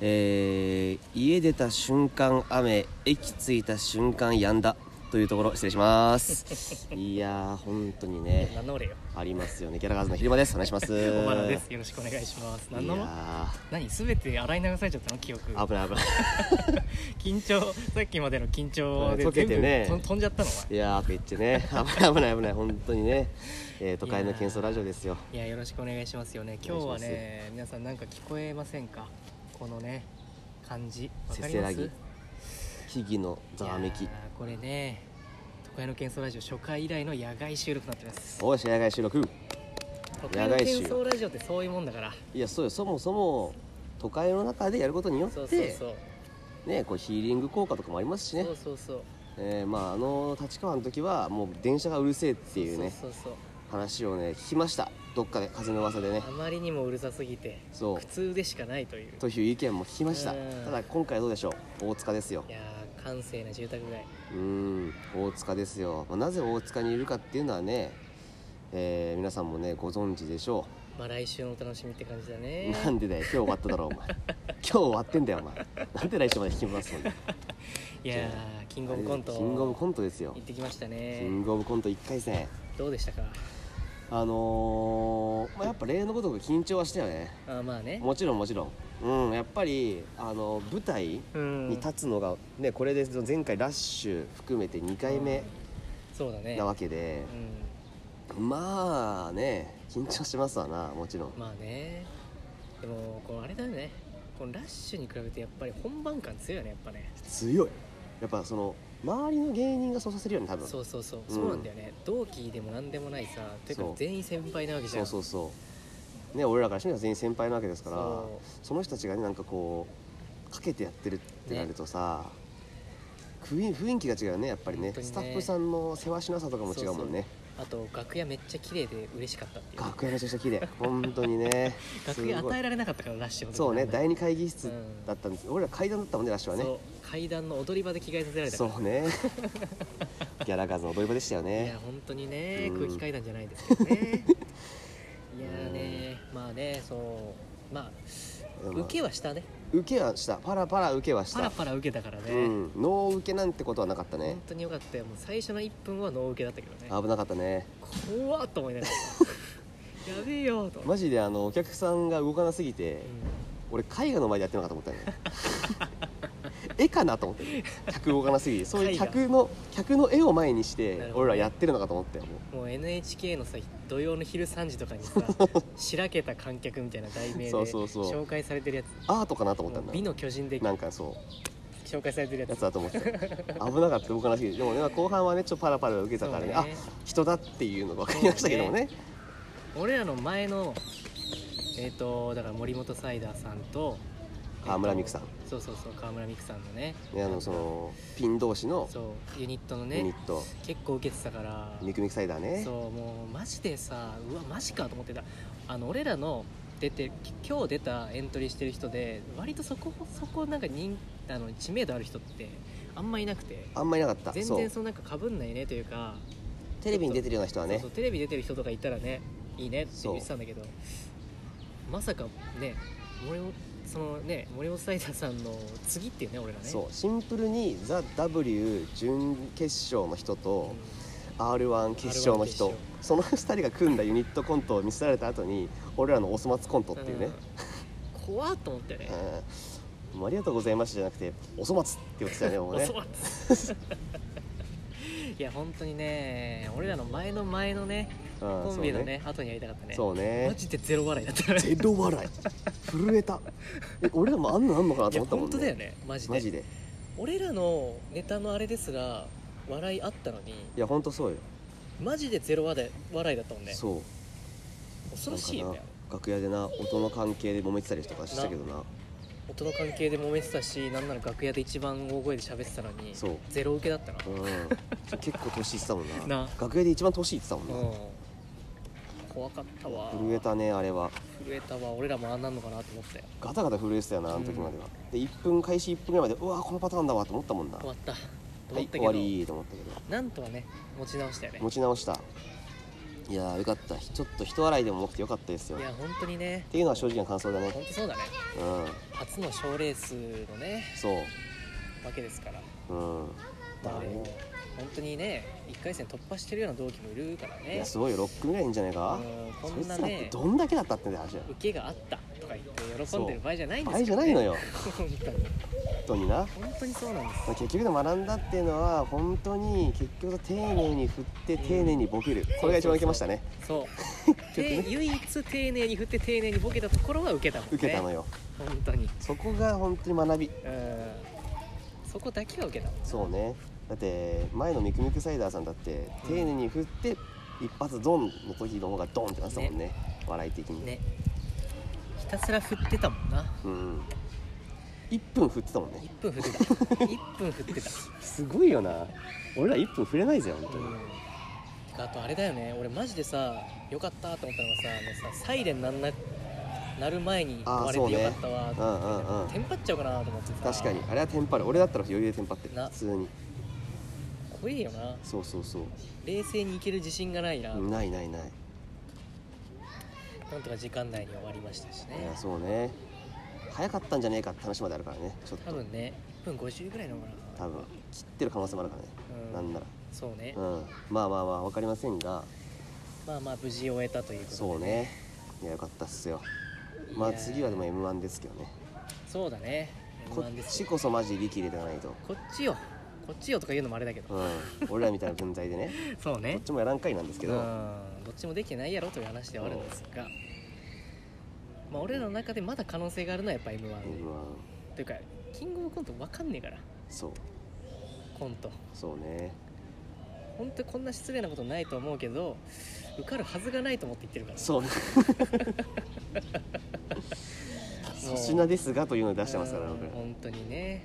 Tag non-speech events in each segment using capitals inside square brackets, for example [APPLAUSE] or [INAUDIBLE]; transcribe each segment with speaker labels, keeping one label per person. Speaker 1: えー家出た瞬間雨駅着いた瞬間やんだというところ失礼します
Speaker 2: [LAUGHS]
Speaker 1: いやー本当に
Speaker 2: 名
Speaker 1: ね
Speaker 2: 乗れよ
Speaker 1: ありますよねギャラガーズの昼間ですお願いします
Speaker 2: 小原ですよろしくお願いします
Speaker 1: いや
Speaker 2: 何なの何すべて洗い流されちゃったの記憶
Speaker 1: ー危ない危ない
Speaker 2: 緊張さっきまでの緊張で
Speaker 1: うん溶けてね
Speaker 2: 全部と飛んじゃったのお
Speaker 1: いやーめっちゃね危ない危ない危ない本当にね、えー都会の喧騒ラジオですよ
Speaker 2: 前いやよろしくお願いしますよね今日はね皆さんなんか聞こえませんかこのね感じわかりま
Speaker 1: せせら
Speaker 2: す
Speaker 1: 木々のざわめ
Speaker 2: い
Speaker 1: き
Speaker 2: やーこれね都会の喧騒ラジオ初回以来の野外収録になってます
Speaker 1: おい試合外収録
Speaker 2: 都会の
Speaker 1: 野外収
Speaker 2: 喧
Speaker 1: 録
Speaker 2: 騒ラジオってそういうもんだから
Speaker 1: いやそうよそもそも都会の中でやることによって
Speaker 2: そうそうそう
Speaker 1: ねこうヒーリング効果とかもありますしね
Speaker 2: そうそうそう
Speaker 1: えーまああの立川の時はもう電車がうるせえっていうね
Speaker 2: そうそう
Speaker 1: 話をね聞きましたどっかで風の噂でね
Speaker 2: そうあまりにもうるさすぎて
Speaker 1: そう
Speaker 2: 苦痛でしかないという
Speaker 1: という意見も聞きました
Speaker 2: うん
Speaker 1: ただ今回どうでしょう大塚ですよ
Speaker 2: いやー閑静な住宅街
Speaker 1: うーん大塚ですよ、まあなぜ大塚にいるかっていうのはね、えー皆さんもねご存知でしょ
Speaker 2: まあ来週のお楽しみって感じだ
Speaker 1: う、
Speaker 2: ね
Speaker 1: なんでだよ今日終わっただろお
Speaker 2: [LAUGHS]
Speaker 1: 前今日終わってんだよお前なんで来週まで引きますもんね
Speaker 2: いやーキングオブコント
Speaker 1: キングオブ
Speaker 2: ン
Speaker 1: コントですよ
Speaker 2: 行ってきました
Speaker 1: キ
Speaker 2: ね
Speaker 1: ングオブコント1回戦
Speaker 2: どうでしたか
Speaker 1: あのーまあ、やっぱ例のごとく緊張はしたよね
Speaker 2: あーまあね
Speaker 1: もちろんもちろんうんやっぱりあの舞台
Speaker 2: うん
Speaker 1: に立つのが、ねこれで前回ラッシュ含めて2回目
Speaker 2: そうだね
Speaker 1: なわけで、
Speaker 2: うん
Speaker 1: まあね緊張しますわなもちろん
Speaker 2: まあねでもこうあれだよねこのラッシュに比べてやっぱり本番感強いよねやっぱね
Speaker 1: 強いやっぱその周りの芸人がそうさせるよね多分
Speaker 2: そうそうそう、
Speaker 1: うん
Speaker 2: そうなんだよね同期でも何でもないさというか
Speaker 1: そう
Speaker 2: 全員先輩なわけじ
Speaker 1: そ
Speaker 2: ゃ
Speaker 1: うんそううそうね俺らからしてみれば全員先輩なわけですから
Speaker 2: そ
Speaker 1: その人たちがねなんかこうかけてやってるってなるとさ、雰囲雰囲気が違うよねやっぱりね
Speaker 2: 本当にね
Speaker 1: スタッフさんの世話しなさとかも違うもんね
Speaker 2: あと楽屋めっちゃ綺麗で嬉しかったっていう
Speaker 1: 楽屋めちゃくちゃ綺麗本当にね
Speaker 2: [LAUGHS] 楽屋
Speaker 1: すご
Speaker 2: 与
Speaker 1: い
Speaker 2: えられなかったからラッシュの時
Speaker 1: そうね
Speaker 2: なんか
Speaker 1: 第二会議室だったんです、俺ら階段だったもんねラッシュはね
Speaker 2: そう階段の踊り場で着替えさせられたか
Speaker 1: そ
Speaker 2: ら
Speaker 1: う
Speaker 2: [LAUGHS]
Speaker 1: ねギャラガーズの踊り場でしたよ
Speaker 2: いや
Speaker 1: ね
Speaker 2: 本当にね、
Speaker 1: うん
Speaker 2: 空気階段じゃないですけどね
Speaker 1: [LAUGHS]
Speaker 2: いやーねまあねそうまあ
Speaker 1: うん
Speaker 2: 受けはしたね
Speaker 1: 受けはしたパラパラ受けはし
Speaker 2: パラ
Speaker 1: た
Speaker 2: パラ受けたからね、
Speaker 1: うんノー受けなんてことはなかったね
Speaker 2: 本当によかったよもう最初の1分はノー受けだったけどね
Speaker 1: 危なかったね
Speaker 2: 怖っと思い
Speaker 1: [LAUGHS]
Speaker 2: ながらやべえよーと、
Speaker 1: マジであのお客さんが動かなすぎて
Speaker 2: う
Speaker 1: 俺絵画の前でやってるのかと思ったよね
Speaker 2: [LAUGHS]
Speaker 1: 絵かなと思ってね客動かなすぎてそうい
Speaker 2: 絵
Speaker 1: う
Speaker 2: 画
Speaker 1: 客の客の絵を前にし
Speaker 2: な
Speaker 1: て
Speaker 2: るほど
Speaker 1: 俺らやってるのかと思ったよもうん
Speaker 2: もう NHK のさ土曜の昼3時とかに
Speaker 1: [LAUGHS]
Speaker 2: さしらけた観客みたいな題名で
Speaker 1: そうそうそう
Speaker 2: 紹介されてるやつ
Speaker 1: アートかなと思った
Speaker 2: も
Speaker 1: ん
Speaker 2: う
Speaker 1: だ
Speaker 2: 美の巨人で
Speaker 1: なんかそう
Speaker 2: 紹介されてるやつ
Speaker 1: やつだと思ってた危なかった動かなすぎてでもねまあ後半はねちょっとパラパラ受けたからね
Speaker 2: そう
Speaker 1: あ
Speaker 2: ね
Speaker 1: 人だっていうのが分かりましたけどもね
Speaker 2: 俺らの前のえっ、とだから森本サイダーさんと
Speaker 1: 川村美空さん
Speaker 2: そうそうそう川村美空さんのね
Speaker 1: ねあのそのピン同士の
Speaker 2: そうユニットの
Speaker 1: ユニ
Speaker 2: ね
Speaker 1: ット
Speaker 2: 結構受けてたから
Speaker 1: ミクミクサイダーね
Speaker 2: そうもうマジでさうわマジかと思ってたあの俺らの出てき今日出たエントリーしてる人で割とそこそこなんか人あの知名度ある人ってあんまいなくて
Speaker 1: あんまりなかった
Speaker 2: 全
Speaker 1: そ
Speaker 2: 然
Speaker 1: う
Speaker 2: そのなんかかぶんないねというか
Speaker 1: テレビに出てるような人はね
Speaker 2: そうそうテレビ出てる人とかいたらねいいねって言ってたんだけどまさかね森本そのね森本サイダーさんの次っていうね俺らね
Speaker 1: そうシンプルに「ザ・ w 準決勝の人
Speaker 2: うん、
Speaker 1: と r 1決勝の人
Speaker 2: R1
Speaker 1: その2人が組んだユニットコントを見せられた後に俺らのお粗末コントっていうね
Speaker 2: うん怖っと思ったよね
Speaker 1: 「うんもうありがとうございました」じゃなくて「お粗末」って言ってたよねもうね
Speaker 2: お粗末いや本当にね俺らの前の前のね
Speaker 1: うん
Speaker 2: コンビのね後にやりたかったね
Speaker 1: そう
Speaker 2: マ
Speaker 1: ね
Speaker 2: ジでゼロ笑いだったね
Speaker 1: ゼロ笑い震えたえ俺らもあんのあんのかなと
Speaker 2: いや
Speaker 1: 思ったもんね
Speaker 2: 本当だよねマジで
Speaker 1: マジで
Speaker 2: 俺らのネタのあれですら笑いあったのに
Speaker 1: いや本当そうよ、
Speaker 2: マジでゼロ笑い笑いだったもんね
Speaker 1: そう
Speaker 2: 恐ろしいよね
Speaker 1: 楽屋でな音の関係で揉めてたりとかしたけどな
Speaker 2: 音の関係で揉めてたしなんなら楽屋で一番大声で喋ってたのに
Speaker 1: そう
Speaker 2: ゼロ受けだったな
Speaker 1: うん結構年いってたもんな
Speaker 2: [LAUGHS] な
Speaker 1: 楽屋で一番年いってたもんな、
Speaker 2: うん怖かったわ
Speaker 1: 震えたねあれは
Speaker 2: 震えたわ俺らもあんなんのかなと思ったよ
Speaker 1: ガタガタ震えてたよなあの時までは、で1分開始1分ぐらいまでうわこのパターンだわと思ったもんな
Speaker 2: 終わ
Speaker 1: は
Speaker 2: ったと思っ
Speaker 1: い
Speaker 2: たけ
Speaker 1: 終
Speaker 2: ど、
Speaker 1: わりと思ったけど
Speaker 2: なんとかね持ち直したよね
Speaker 1: 持ち直したいやーよかったちょっと人洗いでも多くてよかったですよ
Speaker 2: いや
Speaker 1: っ
Speaker 2: 本当にね
Speaker 1: ていうのは正直な感想だね
Speaker 2: 本当そうだね
Speaker 1: うん
Speaker 2: 初の賞レースのね
Speaker 1: そう
Speaker 2: わけですから
Speaker 1: うん
Speaker 2: まあ
Speaker 1: だ
Speaker 2: で
Speaker 1: ね
Speaker 2: も本当にね1回戦突破してるような同期もいるから
Speaker 1: い
Speaker 2: ね
Speaker 1: やすごいよ6組ぐらいいいんじゃないか
Speaker 2: うんこ
Speaker 1: そい
Speaker 2: ん
Speaker 1: つ
Speaker 2: な
Speaker 1: らって
Speaker 2: ね
Speaker 1: どんだけだったってね話だよ
Speaker 2: 受けがあったとか言って喜んでる場合じゃないんです
Speaker 1: あれ
Speaker 2: け
Speaker 1: じゃ
Speaker 2: ど、ね、
Speaker 1: ないのよ
Speaker 2: [LAUGHS] 本当
Speaker 1: 本
Speaker 2: に
Speaker 1: 当にな
Speaker 2: 本当にそうなんです
Speaker 1: まあ結局の学んだっていうのは本当に結局丁寧に振って丁寧にボケるこれが一番受けましたね [LAUGHS]
Speaker 2: そう
Speaker 1: 結
Speaker 2: で
Speaker 1: 局ね
Speaker 2: 唯一丁寧に振って丁寧にボケたところは受けたもんね
Speaker 1: 受けたのよ
Speaker 2: 本当に
Speaker 1: そこが本当に学び
Speaker 2: うんそこだけは受けたもん
Speaker 1: そうねだって前のミクミクサイダーさんだって丁寧に振って一発ドンの時の方がドンってなってたもんね笑い的に
Speaker 2: ねひたすら振ってたもんな
Speaker 1: うん1分振ってたもんね
Speaker 2: 1分
Speaker 1: [LAUGHS]
Speaker 2: 振ってた1分振ってた
Speaker 1: すごいよな俺ら1分振れないぜ本当
Speaker 2: う
Speaker 1: に
Speaker 2: んてかあとあれだよね俺マジでさよかったと思ったのがさあのさサイレンなんな鳴る前に
Speaker 1: あー
Speaker 2: 終われてよかったわ
Speaker 1: う
Speaker 2: ー
Speaker 1: んうんうん
Speaker 2: テンパっちゃうかなと思ってさ
Speaker 1: 確かにあれはテンパる俺だったら余裕でテンパってる
Speaker 2: な
Speaker 1: 普通に
Speaker 2: 怖えよな
Speaker 1: そうそうそう
Speaker 2: 冷静にいける自信がないな、
Speaker 1: ないないない
Speaker 2: なんとか時間内に終わりましたし
Speaker 1: い
Speaker 2: ね
Speaker 1: やそうね早かったんじゃねえかって話まであるからねちょっ
Speaker 2: 多
Speaker 1: と
Speaker 2: 分ね1分50ぐらいなのかな
Speaker 1: 多分切ってる可能性もあるからね
Speaker 2: うん
Speaker 1: なんなら
Speaker 2: そうね、
Speaker 1: うんまあまあまあ分かりませんが
Speaker 2: まあまあ無事終えたということで
Speaker 1: そうねいやよかったっすよま
Speaker 2: い
Speaker 1: あ
Speaker 2: やー
Speaker 1: 次はでも m 1ですけどね
Speaker 2: そうだね
Speaker 1: こ
Speaker 2: M1
Speaker 1: っ
Speaker 2: です
Speaker 1: ち
Speaker 2: よ
Speaker 1: こそマジ力入れていかないと
Speaker 2: こっちよこっちよとか言うのもあれだけど
Speaker 1: うん俺らみたいな分際でね
Speaker 2: そう
Speaker 1: こ
Speaker 2: ね
Speaker 1: っちもやらんかいなんですけ
Speaker 2: う
Speaker 1: ど
Speaker 2: んどっちもできてないやろという話ではあるんですがまあ俺らの中でまだ可能性があるのはやっぱ m 1
Speaker 1: m 1
Speaker 2: というかキングオブコントわかんねえから
Speaker 1: そう
Speaker 2: コント
Speaker 1: そうね
Speaker 2: 本当こんな失礼なことないと思うけど受かるはずがないと思って言ってるか
Speaker 1: [LAUGHS]
Speaker 2: ら
Speaker 1: そう粗品ですがというのを出してますから
Speaker 2: うん
Speaker 1: 僕ら
Speaker 2: 本当にね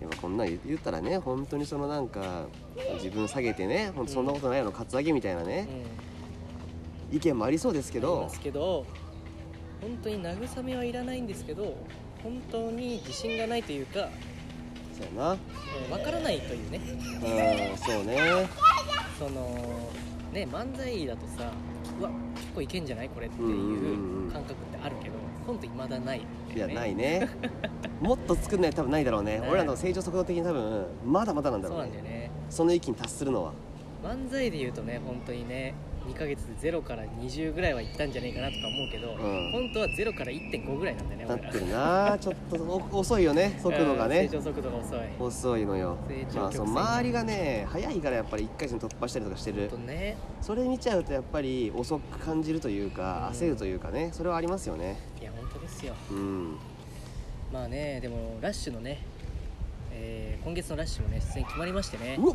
Speaker 1: やっぱこんなん言言ったらね本当にそのなんか自分下げてね本当そんなことないのカツアゲみたいな
Speaker 2: うん
Speaker 1: ね、意見もありそうですけ
Speaker 2: あり
Speaker 1: ど
Speaker 2: ますけど本当に慰めはいらないんですけど本当に自信がないというか
Speaker 1: そうやな
Speaker 2: わからないというね
Speaker 1: うんそうね
Speaker 2: そのね漫才だとさうわ結構いけんじゃないこれってい
Speaker 1: うんうんうんう
Speaker 2: うん感覚ってあるけどコントいまだないんだよね
Speaker 1: いやないねもっと作んないと多分ないだろうね
Speaker 2: ない
Speaker 1: 俺らの成長速度的に多分まだまだなんだ
Speaker 2: そ
Speaker 1: ろ
Speaker 2: う
Speaker 1: う
Speaker 2: な
Speaker 1: ね
Speaker 2: んだよね
Speaker 1: その域に達するのは
Speaker 2: 漫才で言うとね本当にね2ヶ月で0から20ぐらいはいったんじゃねえかなとか思うけど、
Speaker 1: ん
Speaker 2: 本当は0から1.5ぐらいなんだよね
Speaker 1: なっ
Speaker 2: 俺ら
Speaker 1: てるなちょっとお遅いよね速度が
Speaker 2: うん
Speaker 1: ね
Speaker 2: 成長速度が遅いほん
Speaker 1: 遅いのよ
Speaker 2: 成長曲線
Speaker 1: まあ、その周りがね早いからやっぱり1回戦突破したりとかしてる
Speaker 2: とね
Speaker 1: それ見ちゃうとやっぱり遅く感じるというか
Speaker 2: うん
Speaker 1: 焦るというかねそれはありますよね
Speaker 2: いや本当ですよ
Speaker 1: うん
Speaker 2: まあねでもラッシュのね、えー今月のラッシュもね出演決まりましてね
Speaker 1: うわ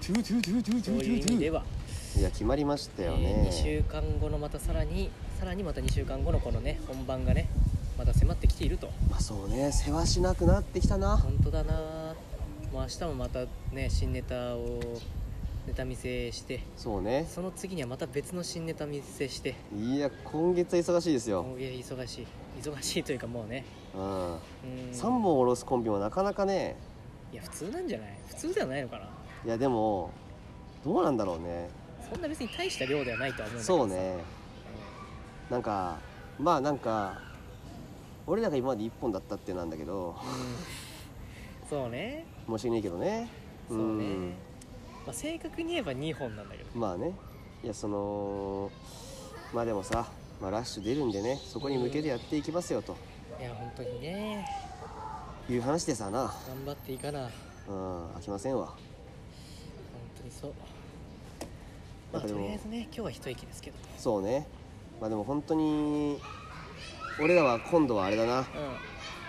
Speaker 1: トゥトゥトゥトゥト
Speaker 2: そう
Speaker 1: ゥ
Speaker 2: いう意
Speaker 1: トゥ
Speaker 2: 味では、
Speaker 1: いや決まりました
Speaker 2: え
Speaker 1: よ
Speaker 2: 2
Speaker 1: ね、
Speaker 2: 週間後のまたさらにさらにまた2週間後のこのね本番がねまた迫ってきていると
Speaker 1: まあそうね世話しなくなってきたな
Speaker 2: 本当だなもう明日もまたね新ネタをネタ見せして
Speaker 1: そうね
Speaker 2: その次にはまた別の新ネタ見せして
Speaker 1: いや今月は忙しいですよ
Speaker 2: も、ういや忙しい忙しいというかもうね
Speaker 1: うん、
Speaker 2: うん
Speaker 1: 3本下ろすコンビもなかなかね
Speaker 2: いや普通なんじゃない普通ではないのかない
Speaker 1: やでもどうなんだろうね
Speaker 2: そんな別に大した量ではないとは思うんだけど
Speaker 1: そう
Speaker 2: さ
Speaker 1: ねなんかまあなんか俺らが今まで1本だったってなんだけど
Speaker 2: うんそうね
Speaker 1: 申し訳ないけどね
Speaker 2: そうね
Speaker 1: ん、
Speaker 2: まあ、正確に言えば2本なんだけど
Speaker 1: まあねいやそのまあでもさ、まあ、ラッシュ出るんでねそこに向けてやっていきますよと
Speaker 2: いや本当にね
Speaker 1: いう話でさな
Speaker 2: 頑張っていかな本
Speaker 1: うん飽きませんわ
Speaker 2: 当にそう
Speaker 1: な
Speaker 2: まあ
Speaker 1: んか
Speaker 2: と
Speaker 1: でも
Speaker 2: りあえずね今日は一息ですけど
Speaker 1: そうねまあでも本当に俺らは今度はあれだな
Speaker 2: う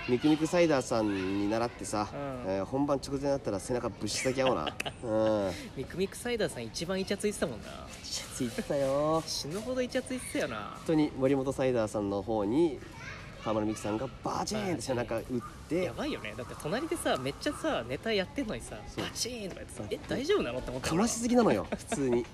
Speaker 1: ミクミクサイダーさんに習ってさ、
Speaker 2: うん
Speaker 1: えー本番直前だったら背中ぶっし裂き合おう
Speaker 2: [LAUGHS]
Speaker 1: なうん
Speaker 2: んミクミクサイダーさん一番イチャついてたもんな
Speaker 1: シャツいってたよ本
Speaker 2: 死ぬほどイチャついてたよな
Speaker 1: 当に森本サイダーさんの方に河村美樹さんがバチーンって背中打って
Speaker 2: やばいよねだって隣でさめっちゃさネタやってんのにさ
Speaker 1: そう
Speaker 2: バチーンとかやってさ
Speaker 1: そう
Speaker 2: え大丈夫なのって思った
Speaker 1: か
Speaker 2: もん
Speaker 1: ましすぎなの
Speaker 2: [LAUGHS]
Speaker 1: よ普通に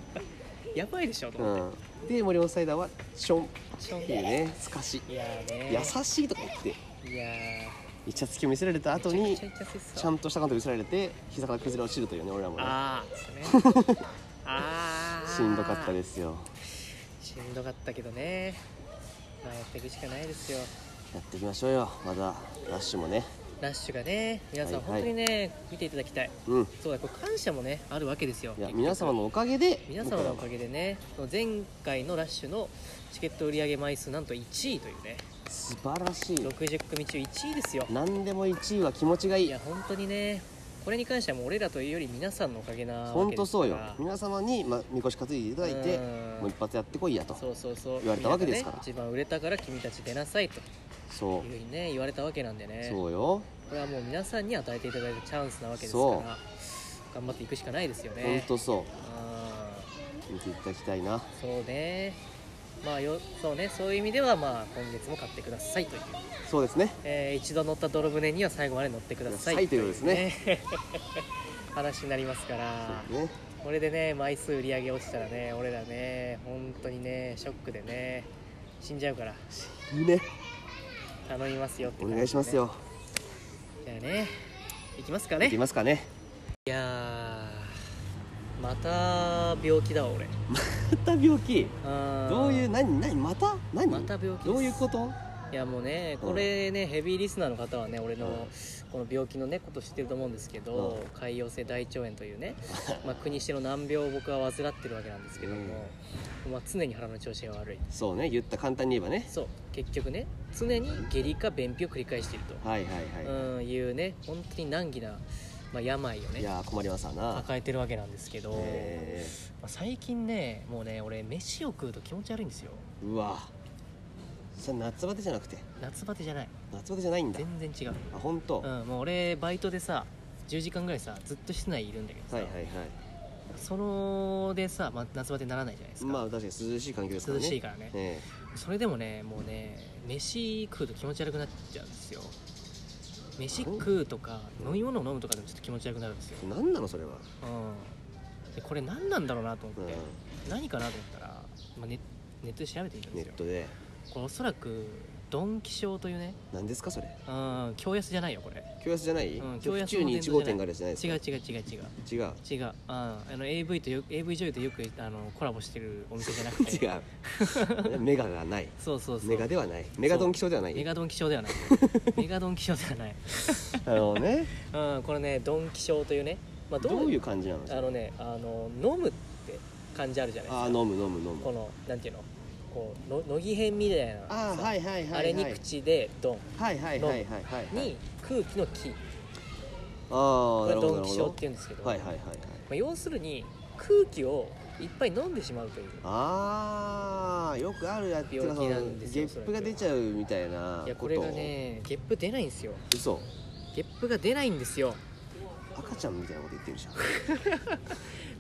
Speaker 2: やばいでしょと思って、
Speaker 1: うん、で森本サイダーは「ション」っ
Speaker 2: ちょん
Speaker 1: ていうね透かし
Speaker 2: いやーね
Speaker 1: 優しいとか言って
Speaker 2: いやー
Speaker 1: イチャつきを見せられた後に
Speaker 2: めちゃくちゃイチャついてた
Speaker 1: ちゃんとした感と見せられて膝から崩れ落ちるというね俺らもね
Speaker 2: ああ、ね、ああ
Speaker 1: しんどかったですよ
Speaker 2: しんどかったけどねまあやっていくしかないですよ
Speaker 1: やっていきましょうよまだラッシュもね
Speaker 2: ラッシュがね皆さん
Speaker 1: はいはい
Speaker 2: 本当にね、見ていただきたい
Speaker 1: うん
Speaker 2: そうだこれ感謝もねあるわけですよ
Speaker 1: いや
Speaker 2: 結局
Speaker 1: 皆様のおかげで
Speaker 2: 皆様のおか
Speaker 1: 僕
Speaker 2: げでねその前回のラッシュのチケット売り上げ枚数なんと1位というね
Speaker 1: らは素晴らしい
Speaker 2: 60組中1位ですよ
Speaker 1: 何でも1位は気持ちがい
Speaker 2: い
Speaker 1: い
Speaker 2: や本当にねこれに関してはもう俺らというより皆さんのおかげなわけですから
Speaker 1: 本当そうよ皆様に、ま、みこし担いでいただいて
Speaker 2: うん
Speaker 1: もう一発やってこいやと
Speaker 2: そうそうそう
Speaker 1: 言われたわけですから
Speaker 2: 君らがね、一番売れたから君たち出なさいと
Speaker 1: そ
Speaker 2: いうふうにね言われたわけなんで
Speaker 1: う
Speaker 2: ね
Speaker 1: そうよ
Speaker 2: これはもう皆さんに与えていただいたチャンスなわけですから
Speaker 1: そう
Speaker 2: 頑張っていくしかないですよ
Speaker 1: 本
Speaker 2: ね
Speaker 1: 当そ
Speaker 2: あ
Speaker 1: う見ていただきたいな
Speaker 2: ーそうねまあよそうねそういう意味ではまあ今月も買ってくださいという、
Speaker 1: そうですね
Speaker 2: えー一度乗った泥船には最後まで乗ってください
Speaker 1: はいということですね
Speaker 2: というね [LAUGHS] 話になりますから
Speaker 1: そうね
Speaker 2: これでね枚数売り上げ落ちたらね俺らね本当にねショックでね死んじゃうから
Speaker 1: いいね
Speaker 2: 頼みますよって
Speaker 1: お
Speaker 2: 感じね
Speaker 1: 願いしますよ
Speaker 2: じゃあねいきますか
Speaker 1: い
Speaker 2: ね
Speaker 1: きますかね
Speaker 2: いやーまた病気だわ俺
Speaker 1: また病気ど
Speaker 2: ど
Speaker 1: ういう何何また何
Speaker 2: また病気です
Speaker 1: どういうこと [LAUGHS]
Speaker 2: いやもうねこれね、ヘビーリスナーの方はね俺のこの病気のねこと知ってると思うんですけど、潰瘍性大腸炎というね、まあ、国指の難病を僕は患ってるわけなんですけども、まあ、常に腹の調子が悪い
Speaker 1: そうね言った簡単に言えばね
Speaker 2: そう結局ね常に下痢か便秘を繰り返していると、
Speaker 1: はいはいは
Speaker 2: うんいうね本当に難儀な、まあ、病を
Speaker 1: いい
Speaker 2: ね
Speaker 1: やー困りますわな
Speaker 2: 抱えてるわけなんですけど、
Speaker 1: え
Speaker 2: まあ、最近ねもうね俺飯を食うと気持ち悪いんですよ
Speaker 1: ーうわそれ夏バテじゃなくて
Speaker 2: 夏バテじゃない
Speaker 1: 夏バテじゃないんだ
Speaker 2: 全然違う
Speaker 1: あ本当、
Speaker 2: うんもう俺バイトでさ10時間ぐらいさずっと室内いるんだけどさ、
Speaker 1: はいはいは
Speaker 2: そのでさ、まあ、夏バテにならないじゃないです
Speaker 1: い
Speaker 2: か、
Speaker 1: まあ確かに涼しい環境ですから
Speaker 2: 涼
Speaker 1: ね
Speaker 2: しいからね
Speaker 1: え
Speaker 2: それでもねもうね飯食うと気持ち悪くなっちゃうんですよ飯食うとか
Speaker 1: うん
Speaker 2: 飲み物を飲むとかでもちょっと気持ち悪くなるんですよ、
Speaker 1: え何なのそれは、
Speaker 2: うん、でこれ何なんだろうなと
Speaker 1: う
Speaker 2: 思って、
Speaker 1: ん、
Speaker 2: 何かなと思ったら、まあ、ネネットで調べてみたんで
Speaker 1: ネ
Speaker 2: す
Speaker 1: ッ
Speaker 2: よ
Speaker 1: トで
Speaker 2: これおそらくドンキショーというね
Speaker 1: 何ですかそれ
Speaker 2: うん京安じゃないよこれ
Speaker 1: 京安じゃない、
Speaker 2: うん
Speaker 1: 京
Speaker 2: 京安の
Speaker 1: 安中に1号店があるやつじゃないです
Speaker 2: 違
Speaker 1: か
Speaker 2: う違う違う違
Speaker 1: 違
Speaker 2: う
Speaker 1: う
Speaker 2: 違う、うん、あの AV とよ AV 女優とよくあのコラボしてるお店じゃな
Speaker 1: [LAUGHS]
Speaker 2: くて
Speaker 1: 違
Speaker 2: [LAUGHS]
Speaker 1: うメガがない
Speaker 2: そうそうそう
Speaker 1: メガではないメガドンキショーではない
Speaker 2: メガドンキショーでは
Speaker 1: [LAUGHS]
Speaker 2: ないメガドンキショーではない
Speaker 1: あのね
Speaker 2: うん、これねドンキショーというね、まあ、
Speaker 1: どういうう感じなの
Speaker 2: あのねあの飲むって感じあるじゃないです
Speaker 1: あ
Speaker 2: か
Speaker 1: ー飲む飲む飲
Speaker 2: こ
Speaker 1: む
Speaker 2: のなんていうのこうの乃木編みたいな
Speaker 1: あー
Speaker 2: さ
Speaker 1: はいはいはい、はい、
Speaker 2: あれに口でドン
Speaker 1: はいはいはいはいはいはい
Speaker 2: に空気の気
Speaker 1: あ
Speaker 2: こ
Speaker 1: あ
Speaker 2: れ
Speaker 1: なるほどなる
Speaker 2: ドンキ
Speaker 1: ほ
Speaker 2: ショー
Speaker 1: ど
Speaker 2: って言うんですけど、
Speaker 1: はいはいはいはい
Speaker 2: まあ、要するに空気をいっぱい飲んでしまうという
Speaker 1: ああよくあるやつ
Speaker 2: 病気なんですよ
Speaker 1: ゲップが出ちゃうみたいない
Speaker 2: や
Speaker 1: こ
Speaker 2: ことれがねゲップ出ないんですよ
Speaker 1: 嘘
Speaker 2: ゲップが出ないんですよ
Speaker 1: 赤ちゃんみたいなこと言ってるじゃん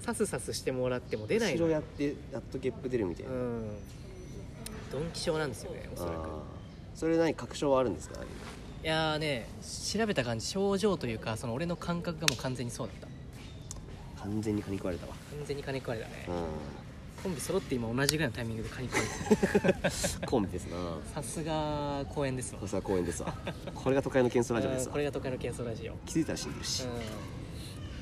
Speaker 2: サスサスしてもらっても出ない
Speaker 1: 後
Speaker 2: の
Speaker 1: ろやってやっとゲップ出るみたいうな、
Speaker 2: んドンキショーなんですよねおそらく
Speaker 1: あーそれ何確証はあるんですか
Speaker 2: いやーね調べた感じ症状というかその俺の感覚がもう完全にそうだった
Speaker 1: 完全に蚊に食われたわ
Speaker 2: 完全に金食われたね
Speaker 1: う
Speaker 2: コンビ揃って今同じぐらいのタイミングで金食われたね
Speaker 1: [LAUGHS] んコンビですな
Speaker 2: さすが公園ですわ
Speaker 1: さすが公園です
Speaker 2: [LAUGHS]
Speaker 1: わこれが都会の喧騒ラジオです
Speaker 2: うん
Speaker 1: わ
Speaker 2: これが都会の喧騒ラジオ、
Speaker 1: 気づいたら死んでるし、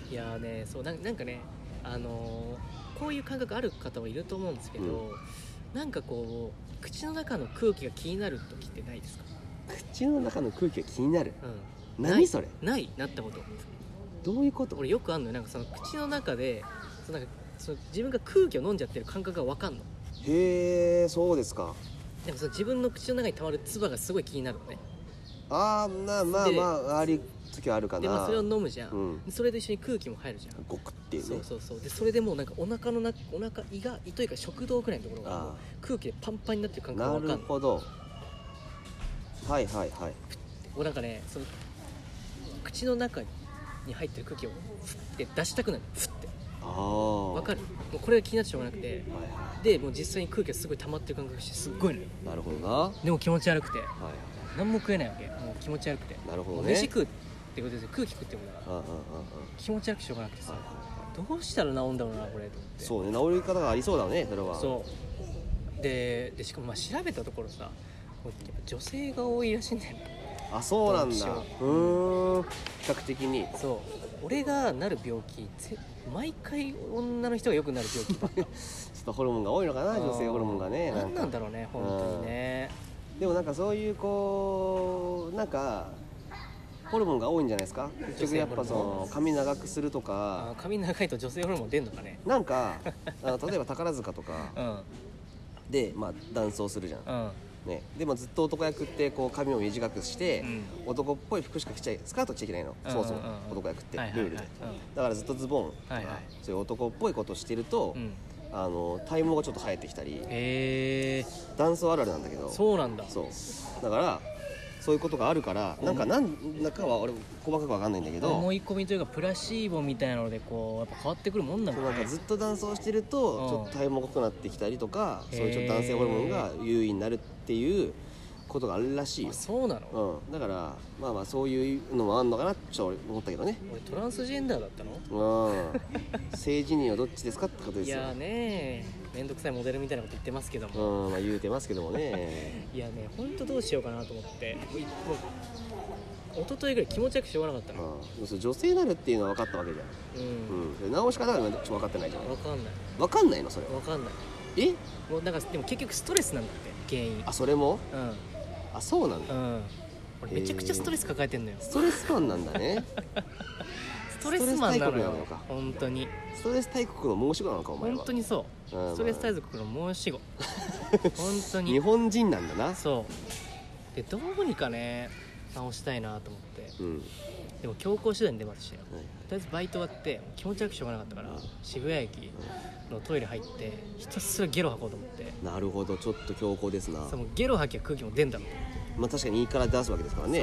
Speaker 2: うん、いやーねそうなんなんかねあのーこういう感覚ある方もいると思うんですけど、
Speaker 1: う
Speaker 2: なんかこう口の中の空気が気になる時ってないですか、
Speaker 1: 口の中の空気が気になる
Speaker 2: うな
Speaker 1: 何
Speaker 2: い
Speaker 1: それ
Speaker 2: ん、ないなったこと
Speaker 1: どういうこと
Speaker 2: 俺よくあんのよなんかその口の中でそのなんかその自分が空気を飲んじゃってる感覚がわかんの
Speaker 1: へえそうですか
Speaker 2: なんかその自分の口の中に溜まる唾がすごい気になるのね
Speaker 1: あーまあまあ
Speaker 2: で
Speaker 1: まあある時はあるかな
Speaker 2: でまあそれを飲むじゃん、
Speaker 1: うん
Speaker 2: それと一緒に空気も入るじゃん
Speaker 1: ごくっていう
Speaker 2: そ
Speaker 1: ね
Speaker 2: うそうそうでそれでもうなんかお腹の中お腹胃が胃というか食道ぐらいのところがもう
Speaker 1: あ
Speaker 2: 空気でパンパンになってる
Speaker 1: あ
Speaker 2: 感覚が
Speaker 1: な
Speaker 2: わか
Speaker 1: る
Speaker 2: んの
Speaker 1: ほどはいはいはい
Speaker 2: 俺なんかねその口の中に入ってる空気をフッて出したくなるフッて
Speaker 1: ああ
Speaker 2: わかるもうこれが気になってしょうがなくて
Speaker 1: はいは
Speaker 2: でもう実際に空気がすごい溜まってる感覚がしてすっごいのよ
Speaker 1: いなるほどなは
Speaker 2: でも気持ち悪くて
Speaker 1: いはい
Speaker 2: 何も食えないわけもう気持ち悪くて、
Speaker 1: なるほ
Speaker 2: も
Speaker 1: ど
Speaker 2: う
Speaker 1: ね
Speaker 2: 飯食うってことですよ空気食ってことだから
Speaker 1: うんうんうんうん
Speaker 2: 気持ち悪くしょうがなくて
Speaker 1: は
Speaker 2: さ
Speaker 1: いは
Speaker 2: どうしたら治んだろうなこれと思っ
Speaker 1: い
Speaker 2: て
Speaker 1: そうね治り方がありそうだねそれは
Speaker 2: そうででしかもまあ調べたところさもうやっぱ女性が多いらしいんだよね
Speaker 1: あそうなんだ
Speaker 2: どうしよ
Speaker 1: うーん比較的に
Speaker 2: そう俺がなる病気ぜ毎回女の人がよくなる病気ばっか
Speaker 1: ちょっとホルモンが多いのかな [LAUGHS] 女性ホルモンがね
Speaker 2: 何
Speaker 1: か
Speaker 2: なんだろうね本当にね
Speaker 1: でもなんかそういうこうなんかホルモンが多いんじゃないですか結局やっぱその髪長くすると
Speaker 2: あ
Speaker 1: か
Speaker 2: 髪長いと女性ホルモン出んのかね
Speaker 1: なんかあの例えば宝塚とか
Speaker 2: うんうん
Speaker 1: でまあ男装するじゃん、
Speaker 2: うん
Speaker 1: ね、でもずっと男役ってこう髪を短くして、男っぽい服しか着ちゃいスカート着ちゃいけないの、
Speaker 2: うん
Speaker 1: そもそも
Speaker 2: うんうん
Speaker 1: 男役って
Speaker 2: はいはい
Speaker 1: ルー
Speaker 2: はい
Speaker 1: ルでだからずっとズボンとか、
Speaker 2: はいはい
Speaker 1: そういう男っぽいことしてると、
Speaker 2: うんうん
Speaker 1: あの体毛がちょっと生えてきたり
Speaker 2: へえ
Speaker 1: 男装あるあるなんだけど
Speaker 2: そうなんだ
Speaker 1: そうだからそういうことがあるからなんかなんなんかは俺細かくわかんないんだけど
Speaker 2: 思い込みというかプラシーボみたいなのでこうやっぱ変わってくるもんなん
Speaker 1: そ
Speaker 2: だ
Speaker 1: うなん
Speaker 2: ね
Speaker 1: かずっと男装してると、
Speaker 2: うん
Speaker 1: ちょっと体毛濃くなってきたりとか
Speaker 2: へー
Speaker 1: そういうちょっと男性ホルモンが優位になるっていうことがあるらしいよ
Speaker 2: あ、そうなの、
Speaker 1: うん、だからまあまあそういうのもあんのかなってちょっと俺思ったけどね
Speaker 2: 俺トランスジェンダーだったの [LAUGHS]
Speaker 1: うん性自認はどっちですかってことで
Speaker 2: い
Speaker 1: すよ
Speaker 2: やーねーめんどくさいモデルみたいなこと言ってますけど
Speaker 1: う
Speaker 2: も、
Speaker 1: んまあ言うてますけどもね
Speaker 2: いやねほんとどうしようかなと思っていもう一昨日ぐらい気持ちよくしょうがなかった
Speaker 1: うん
Speaker 2: の
Speaker 1: でもそれ女性になるっていうのは分かったわけじゃん
Speaker 2: うん、
Speaker 1: うんそれ直し方がちょっと分かってないじゃん
Speaker 2: 分かんない
Speaker 1: 分かんないのそれは
Speaker 2: 分かんない
Speaker 1: え
Speaker 2: もうなんかでも結局ストレスなんだって原因
Speaker 1: あそれも
Speaker 2: うん
Speaker 1: あそうなんだ
Speaker 2: うん俺めちゃくちゃストレス抱えてんのよ、
Speaker 1: ストレスマンなんだね
Speaker 2: ストレスマンな
Speaker 1: ストレス大
Speaker 2: の
Speaker 1: 国なの
Speaker 2: よ
Speaker 1: か
Speaker 2: 本当に
Speaker 1: ストレス大国の申し子なのかお前は
Speaker 2: 本当にそう
Speaker 1: うんまあ
Speaker 2: ストレス対策の申
Speaker 1: [LAUGHS]
Speaker 2: し子本当
Speaker 1: 日
Speaker 2: に
Speaker 1: 本人なんだな
Speaker 2: そうでどうにかね直したいなと思って
Speaker 1: うん
Speaker 2: でも強行手段に出ましたよ
Speaker 1: はい
Speaker 2: とりあえずバイト終わって気持ち悪くしょうがなかったから渋谷駅のトイレ入ってひたすらゲロ吐こうと思って
Speaker 1: なるほどちょっと強硬ですな
Speaker 2: そうもうゲロ吐きゃ空気も出んだろう
Speaker 1: まあ確かに胃から出すわけですから
Speaker 2: そう
Speaker 1: ね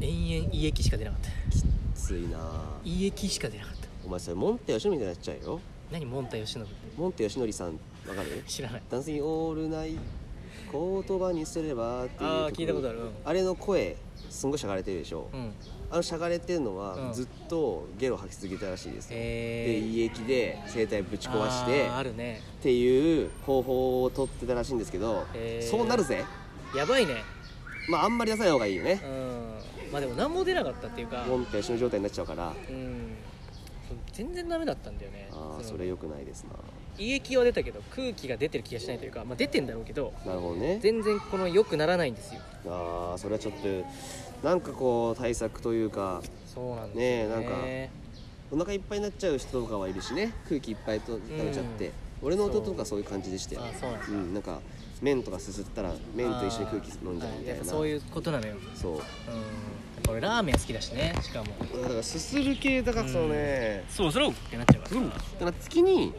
Speaker 2: 延々胃液しか出なかった
Speaker 1: ついな
Speaker 2: 胃液しか出なかった
Speaker 1: お前それモンテヨシノリみたいになっちゃうよ
Speaker 2: 何モンタヨシノブ
Speaker 1: モンテヨシノリさんわかる
Speaker 2: 知らない
Speaker 1: ダンスインオールナイ言葉にすればっていう
Speaker 2: ああ
Speaker 1: 曲
Speaker 2: 聞いたことある
Speaker 1: あれの声すんごいしゃがれてるでしょ、
Speaker 2: うん、うん、
Speaker 1: あのしゃがれてるのは、
Speaker 2: うん
Speaker 1: ずっとゲロ吐き続けたらしいですよ、で
Speaker 2: えー、
Speaker 1: 胃液で声帯ぶち壊して
Speaker 2: あーあ
Speaker 1: っ
Speaker 2: るね
Speaker 1: ていう方法を取ってたらしいんですけど、
Speaker 2: へー
Speaker 1: そうなるぜ
Speaker 2: やばいね
Speaker 1: まああんまり出さない方がいいよね
Speaker 2: う、んまあでも何も出なかったっていうか
Speaker 1: モンテヨシノリ状態になっちゃうから
Speaker 2: うん全然ダメだったんだよね
Speaker 1: ああ
Speaker 2: の
Speaker 1: それ良くないですな
Speaker 2: 胃液は出たけど空気が出てる気がしないというか、まあ、出てんだろうけど
Speaker 1: なるほどね
Speaker 2: 全然この良くならないんですよ
Speaker 1: ああそれはちょっとなんかこう対策というか
Speaker 2: そうなんですよ
Speaker 1: ねえなんかお腹いっぱいになっちゃう人とかはいるしね空気いっぱいと食べちゃって、俺の弟とかそういう感じでしたよ
Speaker 2: あそうなんです
Speaker 1: う
Speaker 2: か
Speaker 1: んなんか麺とかすすったら麺と一緒に空気飲んじゃうみ
Speaker 2: あー
Speaker 1: た
Speaker 2: やっ
Speaker 1: い
Speaker 2: ぱ
Speaker 1: な
Speaker 2: そういうことなのよ
Speaker 1: そう
Speaker 2: うんやっぱ俺ラーメン好きだしねしかも
Speaker 1: だからすする系だからそうね
Speaker 2: そうそうってなっちゃうから、
Speaker 1: うんだから月に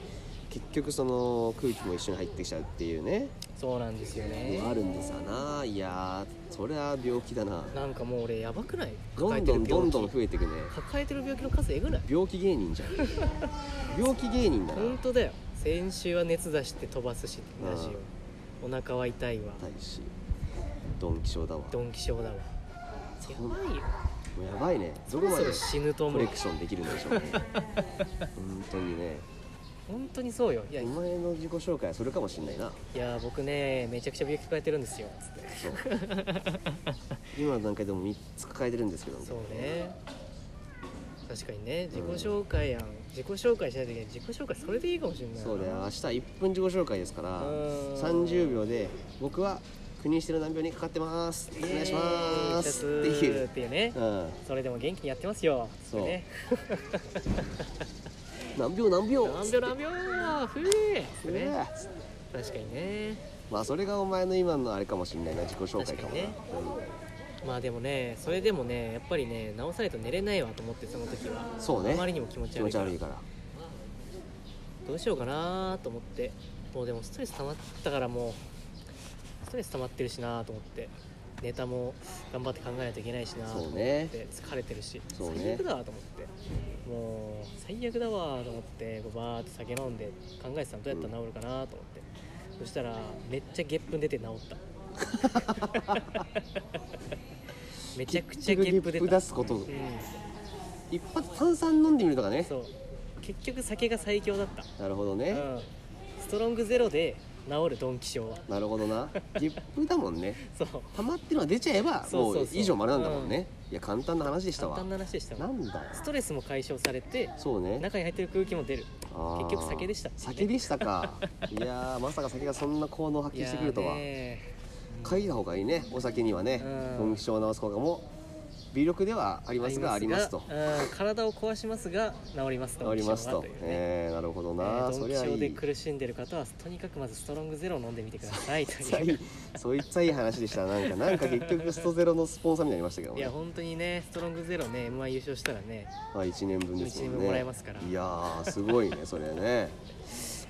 Speaker 1: 結局その空気も一緒に入ってきちゃうっていうね、
Speaker 2: そうなんですよね
Speaker 1: あるんですわないやーそりゃ病気だな
Speaker 2: なんかもう俺やばくない
Speaker 1: ど
Speaker 2: 抱え
Speaker 1: ん
Speaker 2: て
Speaker 1: ど
Speaker 2: る
Speaker 1: ん
Speaker 2: 病気
Speaker 1: どんどん増えていくね
Speaker 2: 抱えてる病気の数えぐない
Speaker 1: 病気芸人
Speaker 2: [LAUGHS]
Speaker 1: じゃん病気芸人だな
Speaker 2: 本当だよ先週は熱出して飛ばすし
Speaker 1: うん
Speaker 2: ラジオお腹は痛いわ
Speaker 1: 大しドンキショーだわ
Speaker 2: ドンキショーだわや
Speaker 1: う
Speaker 2: ばいよ
Speaker 1: もうやばいねど
Speaker 2: そ
Speaker 1: こ
Speaker 2: ろ
Speaker 1: ま
Speaker 2: そ
Speaker 1: で
Speaker 2: ろ死ぬと思
Speaker 1: コレ
Speaker 2: う
Speaker 1: クションできるんでしょうね本当にね
Speaker 2: 本当にそうよいや
Speaker 1: お
Speaker 2: い
Speaker 1: 前の自己紹介はそれかもしんないな
Speaker 2: や僕ねめちゃくちゃ病気抱えてるんですよつって
Speaker 1: そう
Speaker 2: [LAUGHS]
Speaker 1: 今の段階でも3つ抱えてるんですけど
Speaker 2: そうね確かにね自己紹介やん、自己紹介しないといけない自己紹介それでいいかもしれない
Speaker 1: そうだよ明日1分自己紹介ですから
Speaker 2: うん
Speaker 1: 30秒で「僕は国指定の難病にかかってますお
Speaker 2: イエーイ
Speaker 1: 願いします」ってい
Speaker 2: っ
Speaker 1: う、
Speaker 2: ていうね
Speaker 1: うん、
Speaker 2: それでも元気にやってますよ
Speaker 1: そう
Speaker 2: ね
Speaker 1: 難病難
Speaker 2: [LAUGHS]
Speaker 1: 病
Speaker 2: 何秒何秒ふえ
Speaker 1: う
Speaker 2: ね
Speaker 1: わ
Speaker 2: 確かにね
Speaker 1: まあそれがお前の今のあれかもしんないな自己紹介かもな
Speaker 2: 確かにねまあでもねそれでもねやっぱりね直さないと寝れないわと思ってその時は
Speaker 1: うんそうね
Speaker 2: あまりにも気持ち
Speaker 1: 気
Speaker 2: 悪
Speaker 1: 持
Speaker 2: い
Speaker 1: ち
Speaker 2: から
Speaker 1: 悪いから
Speaker 2: どうしようかなと思ってもうでもストレス溜まったからもうストレス溜まってるしなと思ってネタも頑張って考えないといけないしなと思
Speaker 1: そ
Speaker 2: っ
Speaker 1: う
Speaker 2: て、
Speaker 1: ね
Speaker 2: 疲れてるし、
Speaker 1: そうね
Speaker 2: 最悪だわと思ってもう最悪だわと思ってこうバーって酒飲んで考えてたのどうやったら治るかなと思って、そしたらめっちゃゲップ出て治った
Speaker 1: [LAUGHS]
Speaker 2: めちゃくちゃゲップ出
Speaker 1: 結
Speaker 2: た
Speaker 1: 局出すこと
Speaker 2: うん、
Speaker 1: 一発炭酸飲んでみるとかね
Speaker 2: そう結局酒が最強だった
Speaker 1: なるほどね、
Speaker 2: うんストロングゼロで治るドンキショーは
Speaker 1: なるほどなゲップだもんね
Speaker 2: そう
Speaker 1: 溜まってるのが出ちゃえば
Speaker 2: そう
Speaker 1: も
Speaker 2: そう
Speaker 1: う
Speaker 2: そう
Speaker 1: 以上までなんだもんねいや簡単な話でした
Speaker 2: 簡
Speaker 1: わ
Speaker 2: 単な話でした
Speaker 1: な
Speaker 2: わ
Speaker 1: んだよ
Speaker 2: ストレスも解消されて
Speaker 1: そうね
Speaker 2: 中に入ってる空気も出る
Speaker 1: 結
Speaker 2: 結局酒でしたっていうね
Speaker 1: 酒でしたか
Speaker 2: [LAUGHS]
Speaker 1: いやーまさか酒がそんな効能を発揮してくるとはい
Speaker 2: やーねー
Speaker 1: 嗅いだ方がいいねお酒にはね
Speaker 2: うん
Speaker 1: 本気症を治す効果も微力ではありますがありますと
Speaker 2: うん体を壊しますが治ります
Speaker 1: ありますと
Speaker 2: ドンキショーはいうね
Speaker 1: えーなるほど
Speaker 2: え
Speaker 1: な
Speaker 2: ー
Speaker 1: そ
Speaker 2: ドン
Speaker 1: り
Speaker 2: キシ
Speaker 1: ゃ
Speaker 2: ョー
Speaker 1: い
Speaker 2: で
Speaker 1: い
Speaker 2: 苦しんでる方はとにかくまずストロングゼロを飲んでみてくだ
Speaker 1: [LAUGHS]
Speaker 2: さいと
Speaker 1: そ
Speaker 2: いう
Speaker 1: いそいつはいい話でしたなんかなんか結局ストゼロのスポンサーになりましたけども
Speaker 2: い
Speaker 1: ね
Speaker 2: や本当にねストロングゼロね m 1優勝したらね
Speaker 1: まあ1年分ですも
Speaker 2: 1
Speaker 1: ん
Speaker 2: 年
Speaker 1: ね
Speaker 2: 分もらえますから
Speaker 1: いやーすごいねそれね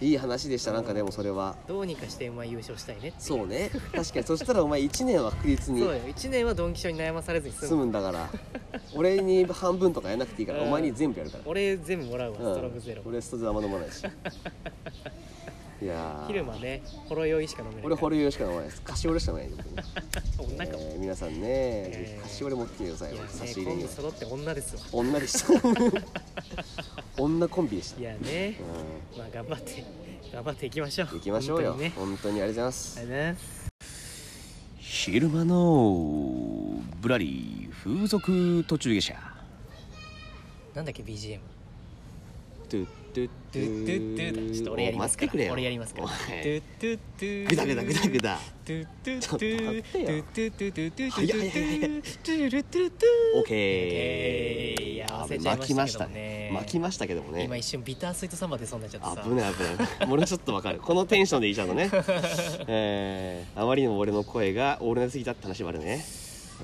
Speaker 1: いい話でしたなんかでもそれは
Speaker 2: どうにかして m 1優勝したいねっていう
Speaker 1: そうね確かにそしたらお前1年は確実に
Speaker 2: そうよ1年はドンキショーに悩まされずに済
Speaker 1: 済
Speaker 2: む
Speaker 1: むんだから俺に半分とかやらなくていいから
Speaker 2: うん
Speaker 1: お前に全部やるから
Speaker 2: 俺全部もらうわ
Speaker 1: うん
Speaker 2: ストロングゼロ
Speaker 1: 俺ストゼロあんま飲まないし
Speaker 2: [LAUGHS]
Speaker 1: いやー
Speaker 2: 昼間ねほろ酔いしか飲めない
Speaker 1: 俺ホ
Speaker 2: ろ
Speaker 1: ル酔いしか飲まないですカシオレしかないんで僕ね
Speaker 2: [LAUGHS] お腹も
Speaker 1: えー皆さんねぜひカシオレ持ってきてください
Speaker 2: い
Speaker 1: よ
Speaker 2: やね
Speaker 1: 差し入れ
Speaker 2: 今
Speaker 1: に
Speaker 2: 度
Speaker 1: は
Speaker 2: 揃って女ですわ
Speaker 1: 女でした [LAUGHS] 女コンビでした
Speaker 2: いやね
Speaker 1: うん
Speaker 2: まあ頑張って頑張っていきましょう
Speaker 1: 行きましょうよ
Speaker 2: 本当にね
Speaker 1: 本当にありがとうございます
Speaker 2: ありがとうございます
Speaker 1: 昼間のぶらり風俗途中下車
Speaker 2: なんだっけ BGM
Speaker 1: トゥトゥ
Speaker 2: トゥトゥトゥだちょっと俺やりますから
Speaker 1: お前待ってくれよ
Speaker 2: 俺やりますから
Speaker 1: お前
Speaker 2: トゥトゥトゥ
Speaker 1: グダグダグダグダ
Speaker 2: トゥトゥ
Speaker 1: ちょ
Speaker 2: ト
Speaker 1: っと待
Speaker 2: ゥ
Speaker 1: ってよ
Speaker 2: トゥトゥトゥトゥトゥトゥ
Speaker 1: 早い早い早い
Speaker 2: トゥルトゥルト
Speaker 1: オッ
Speaker 2: ゥ
Speaker 1: ケ
Speaker 2: いや
Speaker 1: ー
Speaker 2: 忘れちゃい
Speaker 1: 巻
Speaker 2: ま
Speaker 1: きまし
Speaker 2: したた
Speaker 1: ね
Speaker 2: けどね
Speaker 1: 巻きましたけどもね
Speaker 2: 今一瞬ビタースイートサンバ出そうになっちゃってさ
Speaker 1: 危ない危ない俺ちょっとわかるこのテンションでいいちゃうの
Speaker 2: [LAUGHS]
Speaker 1: ねえーあまりにも俺の声がオールナイトすぎたって話もあるね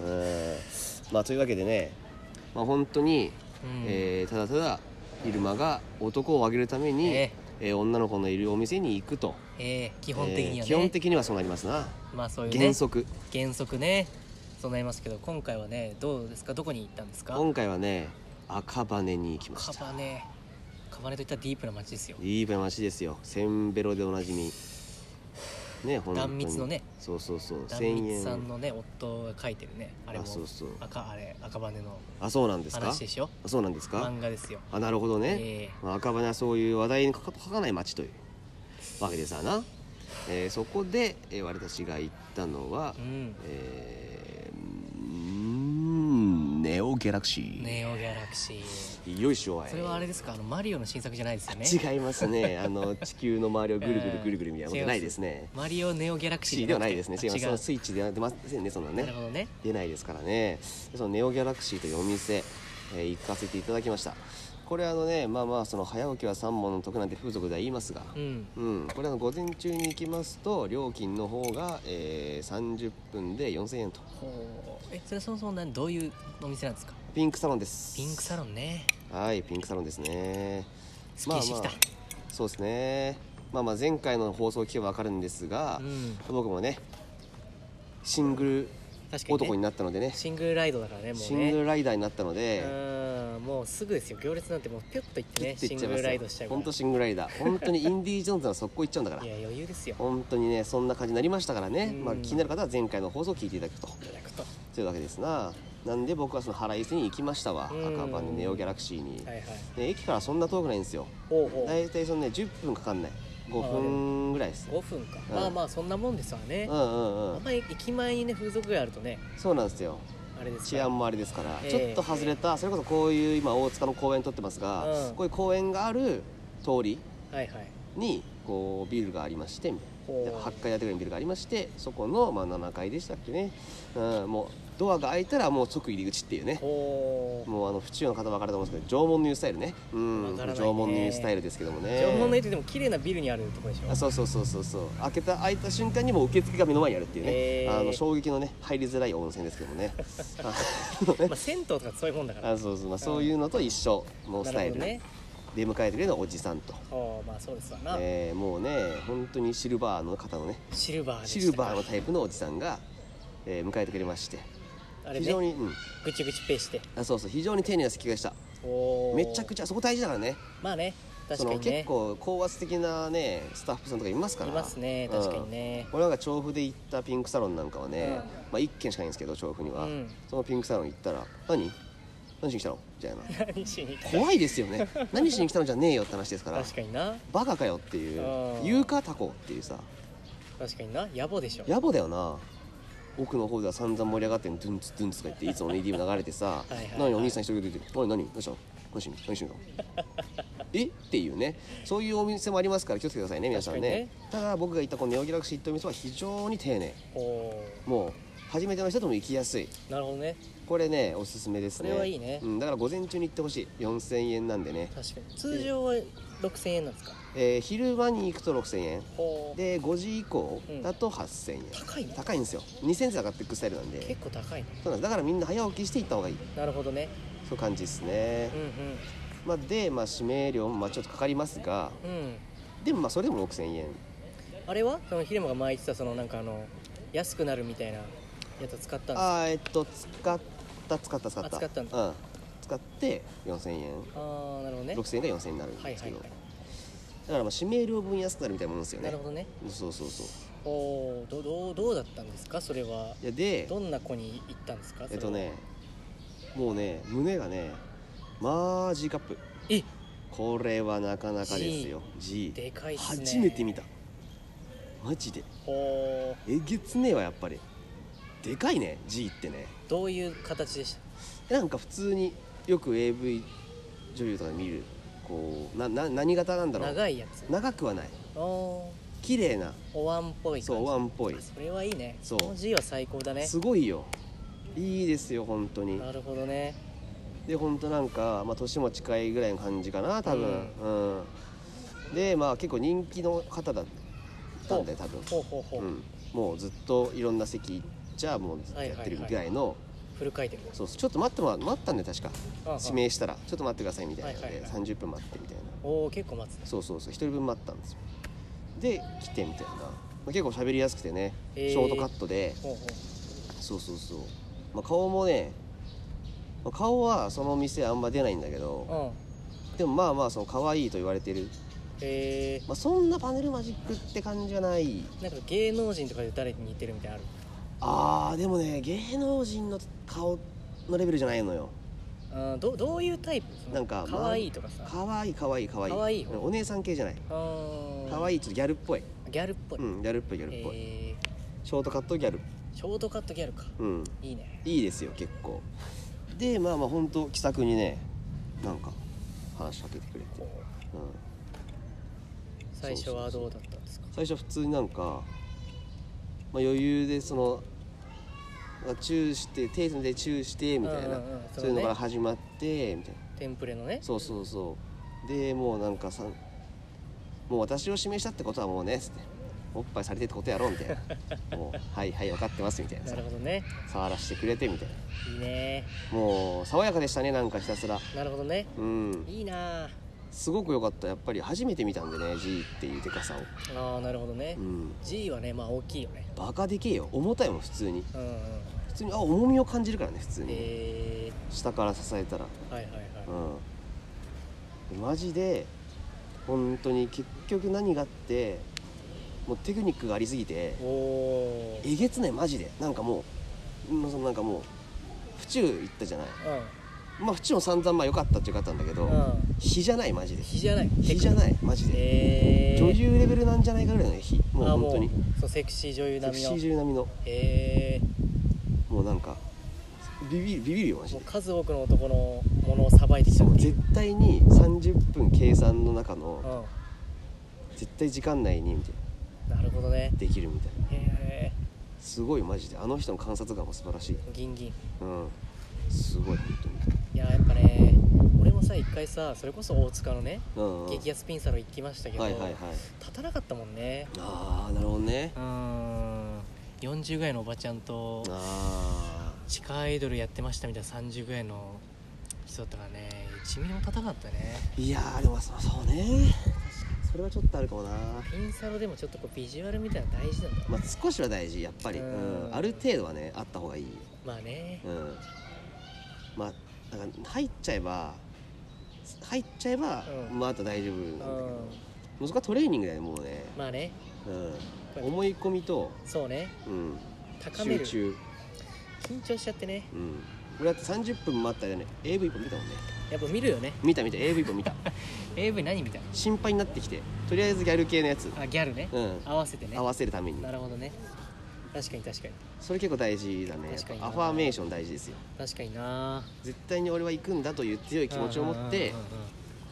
Speaker 1: うんまあというわけでねまあ本当に、
Speaker 2: うん
Speaker 1: えーただただ入間が男をあげるために、
Speaker 2: え
Speaker 1: えー女の子のいるお店に行くと
Speaker 2: ええ基本的に
Speaker 1: えー
Speaker 2: はね
Speaker 1: 基本的にはそうなりますな
Speaker 2: まあそういうね
Speaker 1: 原則
Speaker 2: 原則ね備えますけど今回はねどうですかどこに行ったんですか
Speaker 1: 今回はね赤羽に行きま
Speaker 2: カ
Speaker 1: した
Speaker 2: バネカバネといったらディープな街ですよ
Speaker 1: いい街ですよせんべろでおなじみね本当に
Speaker 2: 壇蜜のね
Speaker 1: そうそうそう
Speaker 2: 壇
Speaker 1: 千
Speaker 2: 蜜
Speaker 1: 円
Speaker 2: さんのね夫が書いてるねあれも
Speaker 1: あそうそう
Speaker 2: 赤あれ赤羽の
Speaker 1: あそうなんですか
Speaker 2: 話でしょ
Speaker 1: あそうなんですか
Speaker 2: 漫画ですよ
Speaker 1: あなるほどね、
Speaker 2: ええ
Speaker 1: まあ、赤羽はそういう話題にかか書かない街というわけですわな、えーそこで、えー、私が行ったのは、
Speaker 2: うん
Speaker 1: えーんーネオ・ギャラクシー、
Speaker 2: ネオギャラクシー
Speaker 1: よいしょあい
Speaker 2: それはあれですかあのマリオの新作じゃないですよね
Speaker 1: 違いますねあの地球の周りをぐるぐるぐるぐるみたいなことないです
Speaker 2: [LAUGHS]
Speaker 1: ね
Speaker 2: マリオネオギャラク
Speaker 1: C
Speaker 2: シー
Speaker 1: で
Speaker 2: じゃ
Speaker 1: は
Speaker 2: く
Speaker 1: な
Speaker 2: て
Speaker 1: いですね
Speaker 2: あ
Speaker 1: 違いますそ
Speaker 2: 違
Speaker 1: の
Speaker 2: う
Speaker 1: スイッチでは出ませんねそんな
Speaker 2: な
Speaker 1: ね
Speaker 2: るほどね
Speaker 1: 出ないですからねそのネオギャラクシーというお店、えー行かせていただきましたこれあのねまあまあその早起きは三問の得なんて風俗では言いますが
Speaker 2: うん
Speaker 1: うん、これあの午前中に行きますと料金の方が、えー30分で4000円と
Speaker 2: ほうえそれそもそも何どういうお店なんですか
Speaker 1: ピンクサロンです
Speaker 2: ピンクサロンね
Speaker 1: はいピンクサロンですね
Speaker 2: スッキリしてきた、
Speaker 1: まあまあ、そうですねまあまあ前回の放送を聞けば分かるんですが
Speaker 2: う、ん
Speaker 1: 僕もねシング
Speaker 2: 確
Speaker 1: ル
Speaker 2: かに、
Speaker 1: 男
Speaker 2: ね、
Speaker 1: になったのでね
Speaker 2: シングルライドだからねもうね
Speaker 1: シングルライダーになったので、
Speaker 2: うんもうすぐですよ行列なんてもうピュッと行ってね
Speaker 1: ピュッ
Speaker 2: シン
Speaker 1: と
Speaker 2: グ
Speaker 1: 行っ
Speaker 2: ル
Speaker 1: ちゃ
Speaker 2: ラ
Speaker 1: い
Speaker 2: イ
Speaker 1: ま
Speaker 2: ドし
Speaker 1: す
Speaker 2: ちゃ
Speaker 1: よ
Speaker 2: うから
Speaker 1: 本当シングルライダ
Speaker 2: [LAUGHS]
Speaker 1: ー本当にインディ・ージョーンズは速攻行っちゃうんだから
Speaker 2: いや余裕ですよ
Speaker 1: 本当にねそんな感じになりましたからね、
Speaker 2: うん
Speaker 1: まあ、気になる方は前回の放送を聞いていただくと
Speaker 2: いただくとは
Speaker 1: というわけですななんで僕はその腹いせに行きましたわ
Speaker 2: うん
Speaker 1: 赤羽ネオギャラクシーに、
Speaker 2: いはい
Speaker 1: で駅からそんな遠くないんですよ
Speaker 2: おうおう
Speaker 1: 大体そのね10分かかんない5分ぐらいです
Speaker 2: 5分か、
Speaker 1: うん
Speaker 2: まあまあそんなもんですわね、
Speaker 1: うんうんう
Speaker 2: あん
Speaker 1: ん
Speaker 2: まり駅前にね風俗があるとね
Speaker 1: そうなんですよ
Speaker 2: あれです
Speaker 1: 治安もあれですから、
Speaker 2: ええ
Speaker 1: ちょっと外れたそれこそこういう今大塚の公園撮ってますが、
Speaker 2: うん
Speaker 1: こういう公園がある通り
Speaker 2: はいはい
Speaker 1: にこうビルがありましてみたいな
Speaker 2: ほ
Speaker 1: 8階建てぐらいのビルがありましてそこの、まあ、7階でしたっけね、うん、もうドアが開いたらもう即入り口っていうね
Speaker 2: ほう
Speaker 1: もうあの府中の方分かると思うんですけど縄文の湯スタイルねうん
Speaker 2: わからないね
Speaker 1: 縄文の湯スタイルですけどもね
Speaker 2: 縄文の絵ってでも綺麗なビルにあるとこでしょ
Speaker 1: あそうそうそうそうそう開けた開いた瞬間にもう受付が目の前にあるっていうね、
Speaker 2: へー
Speaker 1: あの衝撃のね入りづらい温泉ですけども
Speaker 2: [LAUGHS]
Speaker 1: ね
Speaker 2: まあ銭湯とかそういうもんだから
Speaker 1: あそうそう、まあ、そういうのと一緒のスタイル、
Speaker 2: なる
Speaker 1: 出迎えてくれるのはおじさんと、
Speaker 2: ほどねほうまあそうですわな、
Speaker 1: えーもうね本当にシルバーの方のね
Speaker 2: シルバーでした
Speaker 1: シ
Speaker 2: か
Speaker 1: ルバーのタイプのおじさんが、えー迎えてくれまして、
Speaker 2: あれ
Speaker 1: 非常
Speaker 2: ね
Speaker 1: に、うん、
Speaker 2: ぐちぐちペーして
Speaker 1: あそうそう非常に丁寧な気がした
Speaker 2: お
Speaker 1: めちゃく
Speaker 2: ち
Speaker 1: ち
Speaker 2: ゃ
Speaker 1: ゃそこ大事だからね
Speaker 2: まあね確
Speaker 1: そ
Speaker 2: か
Speaker 1: の
Speaker 2: にね
Speaker 1: 結構高圧的なねスタッフさんとかいますから
Speaker 2: いますね確かにね
Speaker 1: うん、俺なんか調布で行ったピンクサロンなんかはね、
Speaker 2: うん
Speaker 1: まあ、1軒しかないんですけど調布に
Speaker 2: う
Speaker 1: は、
Speaker 2: ん
Speaker 1: そのピンクサロン行ったら「何何しに来たの?」みたいな
Speaker 2: 何しに来
Speaker 1: 怖いですよね何しに来たのじゃねえよって話ですか
Speaker 2: た
Speaker 1: ら
Speaker 2: 確かにな
Speaker 1: バカかよっていう
Speaker 2: うん
Speaker 1: 言うかタコっていうさ
Speaker 2: 確かにな野暮でしょ
Speaker 1: 野暮だよな奥の方では散々盛り上がってんのドゥンツドゥンツとか言っていつもの EDM 流れてさ
Speaker 2: はいはいはい
Speaker 1: 何お兄さん一人で出て何何どうした何しに何しにだえっていうねそういうお店もありますから気をつけてくださいね皆さんね
Speaker 2: 確
Speaker 1: ただ僕が行ったこのネオギャラクシーってお店は非常に丁寧
Speaker 2: おお
Speaker 1: もう初めての人でも行きやすい
Speaker 2: ーなるほどね
Speaker 1: これねおすすめですね
Speaker 2: それはいいね
Speaker 1: うん、だから午前中に行ってほしい4000円なんでね、
Speaker 2: 確かに通常は6000円なんですか
Speaker 1: えー昼間に行くと6000円
Speaker 2: ほう
Speaker 1: で5時以降
Speaker 2: うん
Speaker 1: だと8000円、
Speaker 2: 高いね
Speaker 1: 高いんですよ2000円上がっていくスタイルなんで
Speaker 2: 結構高いね
Speaker 1: そうなんですだからみんな早起きして行った方がいい
Speaker 2: なるほどね
Speaker 1: そういう感じですね
Speaker 2: う、ん
Speaker 1: まあ、で、まあ、指名料もまあちょっとかかりますが
Speaker 2: うんうん
Speaker 1: でもまあそれでも6000円
Speaker 2: あれはそのヒレモが前言ってたそのなんかあの安くなるみたいなやつ使ったんですか
Speaker 1: あーえっと使った使った使った
Speaker 2: あ使ったん
Speaker 1: うん、使って4000円
Speaker 2: あーなるほどね
Speaker 1: 6000円が4000円になるん
Speaker 2: はい
Speaker 1: で
Speaker 2: は
Speaker 1: す
Speaker 2: い
Speaker 1: け
Speaker 2: は
Speaker 1: ど、
Speaker 2: い
Speaker 1: だからまあ指名料分安くなるみたいなもんですよね
Speaker 2: なるほどね
Speaker 1: そうそうそう
Speaker 2: おおどどうどうだったんですかそれはい
Speaker 1: やで
Speaker 2: どんな子に行ったんですかそ
Speaker 1: えっ
Speaker 2: れは
Speaker 1: とねもうね胸がねマージカップ
Speaker 2: え
Speaker 1: これはなかなかですよ G
Speaker 2: でかいっすね
Speaker 1: 初めて見たマジで
Speaker 2: ほ
Speaker 1: えげつねえわやっぱりでかいね G ってね
Speaker 2: うどういう形でし
Speaker 1: なんか普通によく AV 女優とかで見るこうなな何型なんだ
Speaker 2: た
Speaker 1: ろう
Speaker 2: 長いやつ
Speaker 1: 長くはない
Speaker 2: おー
Speaker 1: 綺麗な
Speaker 2: お椀っぽい感じ
Speaker 1: そうワンっぽい
Speaker 2: それはいいね
Speaker 1: そう
Speaker 2: この G は最高だね
Speaker 1: すごいよいいですよ本当に
Speaker 2: なるほどね
Speaker 1: で本当なんか、まあ、年も近いぐらいの感じかな多分、うんでまあ結構人気の方だったんで多分、
Speaker 2: ほうほうほう、
Speaker 1: うん、もうずっといろんな席じゃあもうずっとやってるぐらいの、
Speaker 2: フル回転です
Speaker 1: そうそうちょっと待ってもら待ったんで確か
Speaker 2: ああ
Speaker 1: 指名したらちょっと待ってくださいみたいなので、
Speaker 2: はいはいはい
Speaker 1: 30分待ってみたいな
Speaker 2: おお結構待つね
Speaker 1: そうそうそう1人分待ったんですよで来てみたいな、まあ、結構喋りやすくてね、
Speaker 2: へえ
Speaker 1: ショートカットで
Speaker 2: ほうほ
Speaker 1: そうそうそう、まあ、顔もねまあ顔はその店あんま出ないんだけど、
Speaker 2: ううん
Speaker 1: でもまあまあその可愛いと言われてる、
Speaker 2: え
Speaker 1: まあ、そんなパネルマジックって感じはない
Speaker 2: ー、なんか芸能人とかで誰に似てるみたいなの
Speaker 1: あーでもね芸能人の顔のレベルじゃないのよ
Speaker 2: あるあーどどういうタイプその
Speaker 1: なんか
Speaker 2: 可愛いとかさ
Speaker 1: 可愛い可愛い可愛い
Speaker 2: 可愛い方
Speaker 1: お姉さん系じゃない可
Speaker 2: 可
Speaker 1: 愛いちょっとギャルっぽい
Speaker 2: ギャルっぽい、
Speaker 1: うんギャルっぽいギャルっぽい、
Speaker 2: え
Speaker 1: ショートカットギャル
Speaker 2: ー、ショートカットギャルか
Speaker 1: うん
Speaker 2: いいね
Speaker 1: いいですよ結構でまあまあ本当気さくにねなんか話しかけてくれて、うん、
Speaker 2: 最初はどうだったんですか
Speaker 1: 最初普通になんか、まあ、余裕でそのまあチューして手つないでチューしてみたいな、
Speaker 2: うんうんうん
Speaker 1: そういうのから
Speaker 2: そ
Speaker 1: 始まってみたいな
Speaker 2: のねテンプレのね
Speaker 1: そうそうそうでもうなんかさもう私を指名したってことはもうねつっておっぱいされてってことやろみたい
Speaker 2: [LAUGHS]
Speaker 1: なもうはいはい分かってますみたいな
Speaker 2: な
Speaker 1: さ
Speaker 2: るほどね
Speaker 1: 触らせてくれてみたいない
Speaker 2: いね
Speaker 1: もう爽やかでしたねなんかひたすら
Speaker 2: なるほどね
Speaker 1: うん
Speaker 2: いいなあ
Speaker 1: すごく良かったやっぱり初めて見たんでね G っていうでかさを
Speaker 2: あーなるほどね、
Speaker 1: うん
Speaker 2: G はねまあ大きいよね
Speaker 1: バカでけえよ重たいもん普通に
Speaker 2: うんうん
Speaker 1: 普通にあ重みを感じるからね普通に
Speaker 2: え
Speaker 1: 下から支えたら
Speaker 2: ー、はいはいはい、
Speaker 1: うんマジで本当に結局何があってもうテクニックがありすぎて
Speaker 2: おおー
Speaker 1: えげつないマジでなんかもううんそのなんかもう府中行ったじゃないまあ府中も散々まあ良かったっちゃ良かったんだけ
Speaker 2: う
Speaker 1: ど
Speaker 2: んうん
Speaker 1: 比じゃないマジで
Speaker 2: 日じゃない
Speaker 1: 比じゃないマジで
Speaker 2: えー、
Speaker 1: 女優レベルなんじゃないかぐらいのね比もう
Speaker 2: あ
Speaker 1: 本当に
Speaker 2: もうそうセクシー女
Speaker 1: セ
Speaker 2: 優並
Speaker 1: ク
Speaker 2: み
Speaker 1: シ
Speaker 2: の
Speaker 1: ー女優並みの
Speaker 2: え
Speaker 1: もうなんかビビるビビるよマ
Speaker 2: ー、
Speaker 1: ジ
Speaker 2: もう
Speaker 1: で
Speaker 2: 数多くの男のものをさばいてきた
Speaker 1: そう
Speaker 2: ってい
Speaker 1: 絶
Speaker 2: う
Speaker 1: 対に30分計算の中
Speaker 2: う
Speaker 1: の
Speaker 2: ん
Speaker 1: 絶対時間内にみたいな
Speaker 2: なるほどね
Speaker 1: できるみたいな
Speaker 2: へえ
Speaker 1: すごいマジであの人の観察眼も素晴らしい
Speaker 2: ギンギン
Speaker 1: うんすごい本
Speaker 2: いややっぱね俺もさ一回さそれこそ大塚のね
Speaker 1: 当にうん、うん、
Speaker 2: 激安ピンサロ行きましたけど、
Speaker 1: はいはいはい
Speaker 2: 立たなかったもんね
Speaker 1: ああなるほどね
Speaker 2: うーん40ぐらいのおばちゃんと
Speaker 1: あ
Speaker 2: 地下アイドルやってましたみたいな30ぐらいの人だったからね1ミリも立たなかったね
Speaker 1: ーいやーでもそそうねそれはちょっとあるかもな
Speaker 2: ピンサロでもちょっとこうビジュアルみたいなの大事なんだ
Speaker 1: まあ少しは大事やっぱり
Speaker 2: う
Speaker 1: うんん、ある程度はねあった方がいい
Speaker 2: まあね
Speaker 1: うんまあだから入っちゃえば入っちゃえば、
Speaker 2: うん
Speaker 1: まああと大丈夫なんだけ
Speaker 2: うん
Speaker 1: ど、もうそこはトレーニングだよねもうね、
Speaker 2: まあね
Speaker 1: うん、思い込みと、
Speaker 2: そうね
Speaker 1: うん、
Speaker 2: 高め
Speaker 1: 集
Speaker 2: る緊
Speaker 1: 中、
Speaker 2: 張しちゃってね
Speaker 1: うん、俺だって30分待った間ね AV 一本見たもんね
Speaker 2: やっぱ見るよね
Speaker 1: 見た見た AV 一本見
Speaker 2: [LAUGHS]
Speaker 1: た
Speaker 2: AV 何見た
Speaker 1: 心配になってきてとりあえずギャル系のやつ、
Speaker 2: あギャルね、
Speaker 1: うん、
Speaker 2: 合わせてね
Speaker 1: 合わせるために
Speaker 2: なるほどね確かに確かに
Speaker 1: それ結構大事だねやっ
Speaker 2: 確かに
Speaker 1: ぱアファーメーション大事ですよ
Speaker 2: 確かにな
Speaker 1: 絶対に俺は行くんだという強い気持ちを持って
Speaker 2: うんうんうん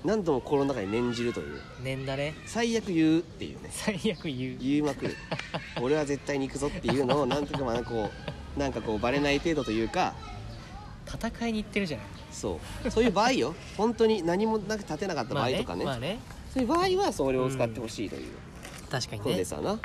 Speaker 1: 何度も心の中に念じるという
Speaker 2: うん念だね
Speaker 1: 最悪言うっていうね
Speaker 2: 最悪言う
Speaker 1: 言いま
Speaker 2: [LAUGHS]
Speaker 1: くる俺は絶対に行くぞっていうのをなんとかまあこうなんかこうバレない程度というか
Speaker 2: 戦いに行ってるじゃない
Speaker 1: そうそういう場合よ本当に何もなく立てなかった場合とかね,、
Speaker 2: まあね
Speaker 1: そういう場合はそれを使ってほしいという
Speaker 2: 確かに
Speaker 1: ことで
Speaker 2: ね
Speaker 1: さな、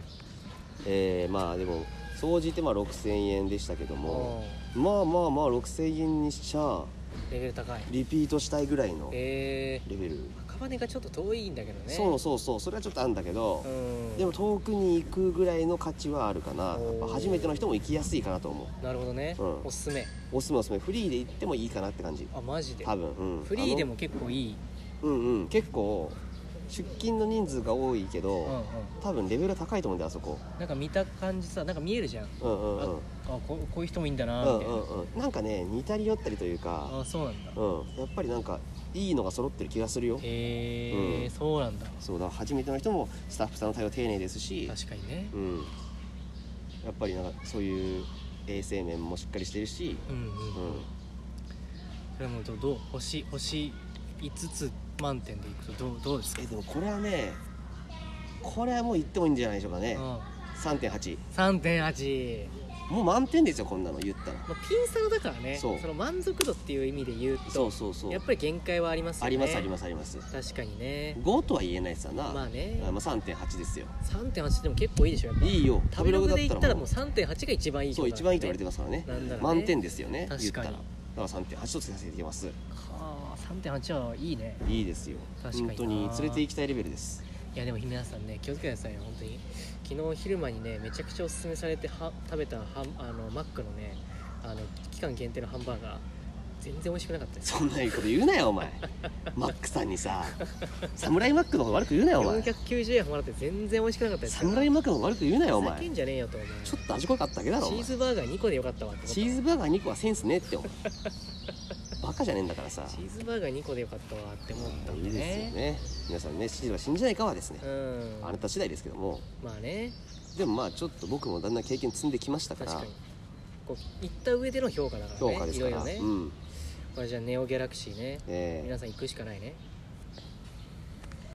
Speaker 1: えー、まあでも総じてまあ6000円でしたけども
Speaker 2: おー
Speaker 1: まあまあまあ6000円にしちゃ
Speaker 2: レベル高い
Speaker 1: リピートしたいぐらいのレ
Speaker 2: え
Speaker 1: ベル、
Speaker 2: ー、赤羽がちょっと遠いんだけどね
Speaker 1: そうそうそうそれはちょっとあんだけど、
Speaker 2: うん
Speaker 1: でも遠くに行くぐらいの価値はあるかなやっ
Speaker 2: お
Speaker 1: ぱ
Speaker 2: ー
Speaker 1: 初めての人も行きやすいかなと思う
Speaker 2: なるほどね、
Speaker 1: うん
Speaker 2: おすすめ
Speaker 1: おすすめおすすめフリーで行ってもいいかなって感じ
Speaker 2: あマジで
Speaker 1: 多分、うん、
Speaker 2: フリーで
Speaker 1: も
Speaker 2: も結構いい
Speaker 1: うんうん結構出勤の人数が多いけど、
Speaker 2: うんうん
Speaker 1: 多分レベル高いと思うんだよあそこ
Speaker 2: なんか見た感じさなんか見えるじゃん
Speaker 1: うんうんうん
Speaker 2: あここういう人もいいんだな
Speaker 1: うん
Speaker 2: み
Speaker 1: う
Speaker 2: たいな、
Speaker 1: んうんなんかね似たり寄ったりというか
Speaker 2: あそうなんだ
Speaker 1: うんやっぱりなんかいいのが揃ってる気がするよ
Speaker 2: へえー
Speaker 1: うん
Speaker 2: そうなんだ
Speaker 1: そうだ初めての人もスタッフさんの対応丁寧ですし
Speaker 2: 確かにね
Speaker 1: うんやっぱりなんかそういう衛生面もしっかりしてるし
Speaker 2: うんうん、うん、
Speaker 1: う
Speaker 2: それはもうどどう星星5つ満点でいくとどうどうですか
Speaker 1: んえでもこれはねこれはもう言ってもいいんじゃないでしょうかね
Speaker 2: うん
Speaker 1: 3.8
Speaker 2: 3.8、
Speaker 1: もう満点ですよこんなの言ったら
Speaker 2: まあ、ピンサロだからね
Speaker 1: そう
Speaker 2: の満足度っていう意味で言うと
Speaker 1: そうそうそう
Speaker 2: やっぱり限界はありますよね
Speaker 1: ありますありますすあります
Speaker 2: 確かにね
Speaker 1: 5とは言えないですわな、
Speaker 2: まあね
Speaker 1: あまあ3.8ですよ
Speaker 2: 3.8でも結構いいでしょやっぱ
Speaker 1: いいよ
Speaker 2: 食べログで言ったらもう
Speaker 1: う
Speaker 2: 3.8が一番いい
Speaker 1: そう一番いいと言われて
Speaker 2: ま
Speaker 1: ますからね
Speaker 2: なんだろうね
Speaker 1: 満点ですよね言
Speaker 2: 確
Speaker 1: った
Speaker 2: から
Speaker 1: だ
Speaker 2: に
Speaker 1: から3.8とつけさせていただきます
Speaker 2: はあ3.8はいいね
Speaker 1: いいですよ
Speaker 2: 確かにな
Speaker 1: 本当に連れて行きたいレベルです
Speaker 2: いやでも皆さんね気をつけてくださいよ本当に昨日昼間にねめちゃくちゃおすすめされては食べたハンあのマックのねあの期間限定のハンバーガー全然美味しくなかったです
Speaker 1: そんなこと言うなよお前マックさんにさサムライマックの方が悪く言うなよお前
Speaker 2: 490円もらって全然美味しくなかったです
Speaker 1: サムライマックの方が悪く言うなよお
Speaker 2: ふざ
Speaker 1: 前
Speaker 2: け
Speaker 1: ち
Speaker 2: んじゃねえよと思う
Speaker 1: ょっと味濃かっただけだろお
Speaker 2: チー
Speaker 1: 前
Speaker 2: ズバーガー2個でよかったわって思った
Speaker 1: チーズバーガー2個はセンスねえってお前バカじゃねえんだからさ
Speaker 2: チーズバーガー2個でよかったわって思ったん
Speaker 1: い
Speaker 2: で
Speaker 1: いで
Speaker 2: ね
Speaker 1: すよね皆さんねチーズは信じないかはですね
Speaker 2: うん
Speaker 1: あなた次第ですけども
Speaker 2: まあね
Speaker 1: でもまあちょっと僕もだんだん経験積んできましたか
Speaker 2: 確
Speaker 1: ら
Speaker 2: かにこう行った上での評価だからね
Speaker 1: 評価ですから
Speaker 2: いろいろね、
Speaker 1: うん
Speaker 2: これじゃあネオギャラクシーね
Speaker 1: ええ
Speaker 2: 皆さん行くしかないね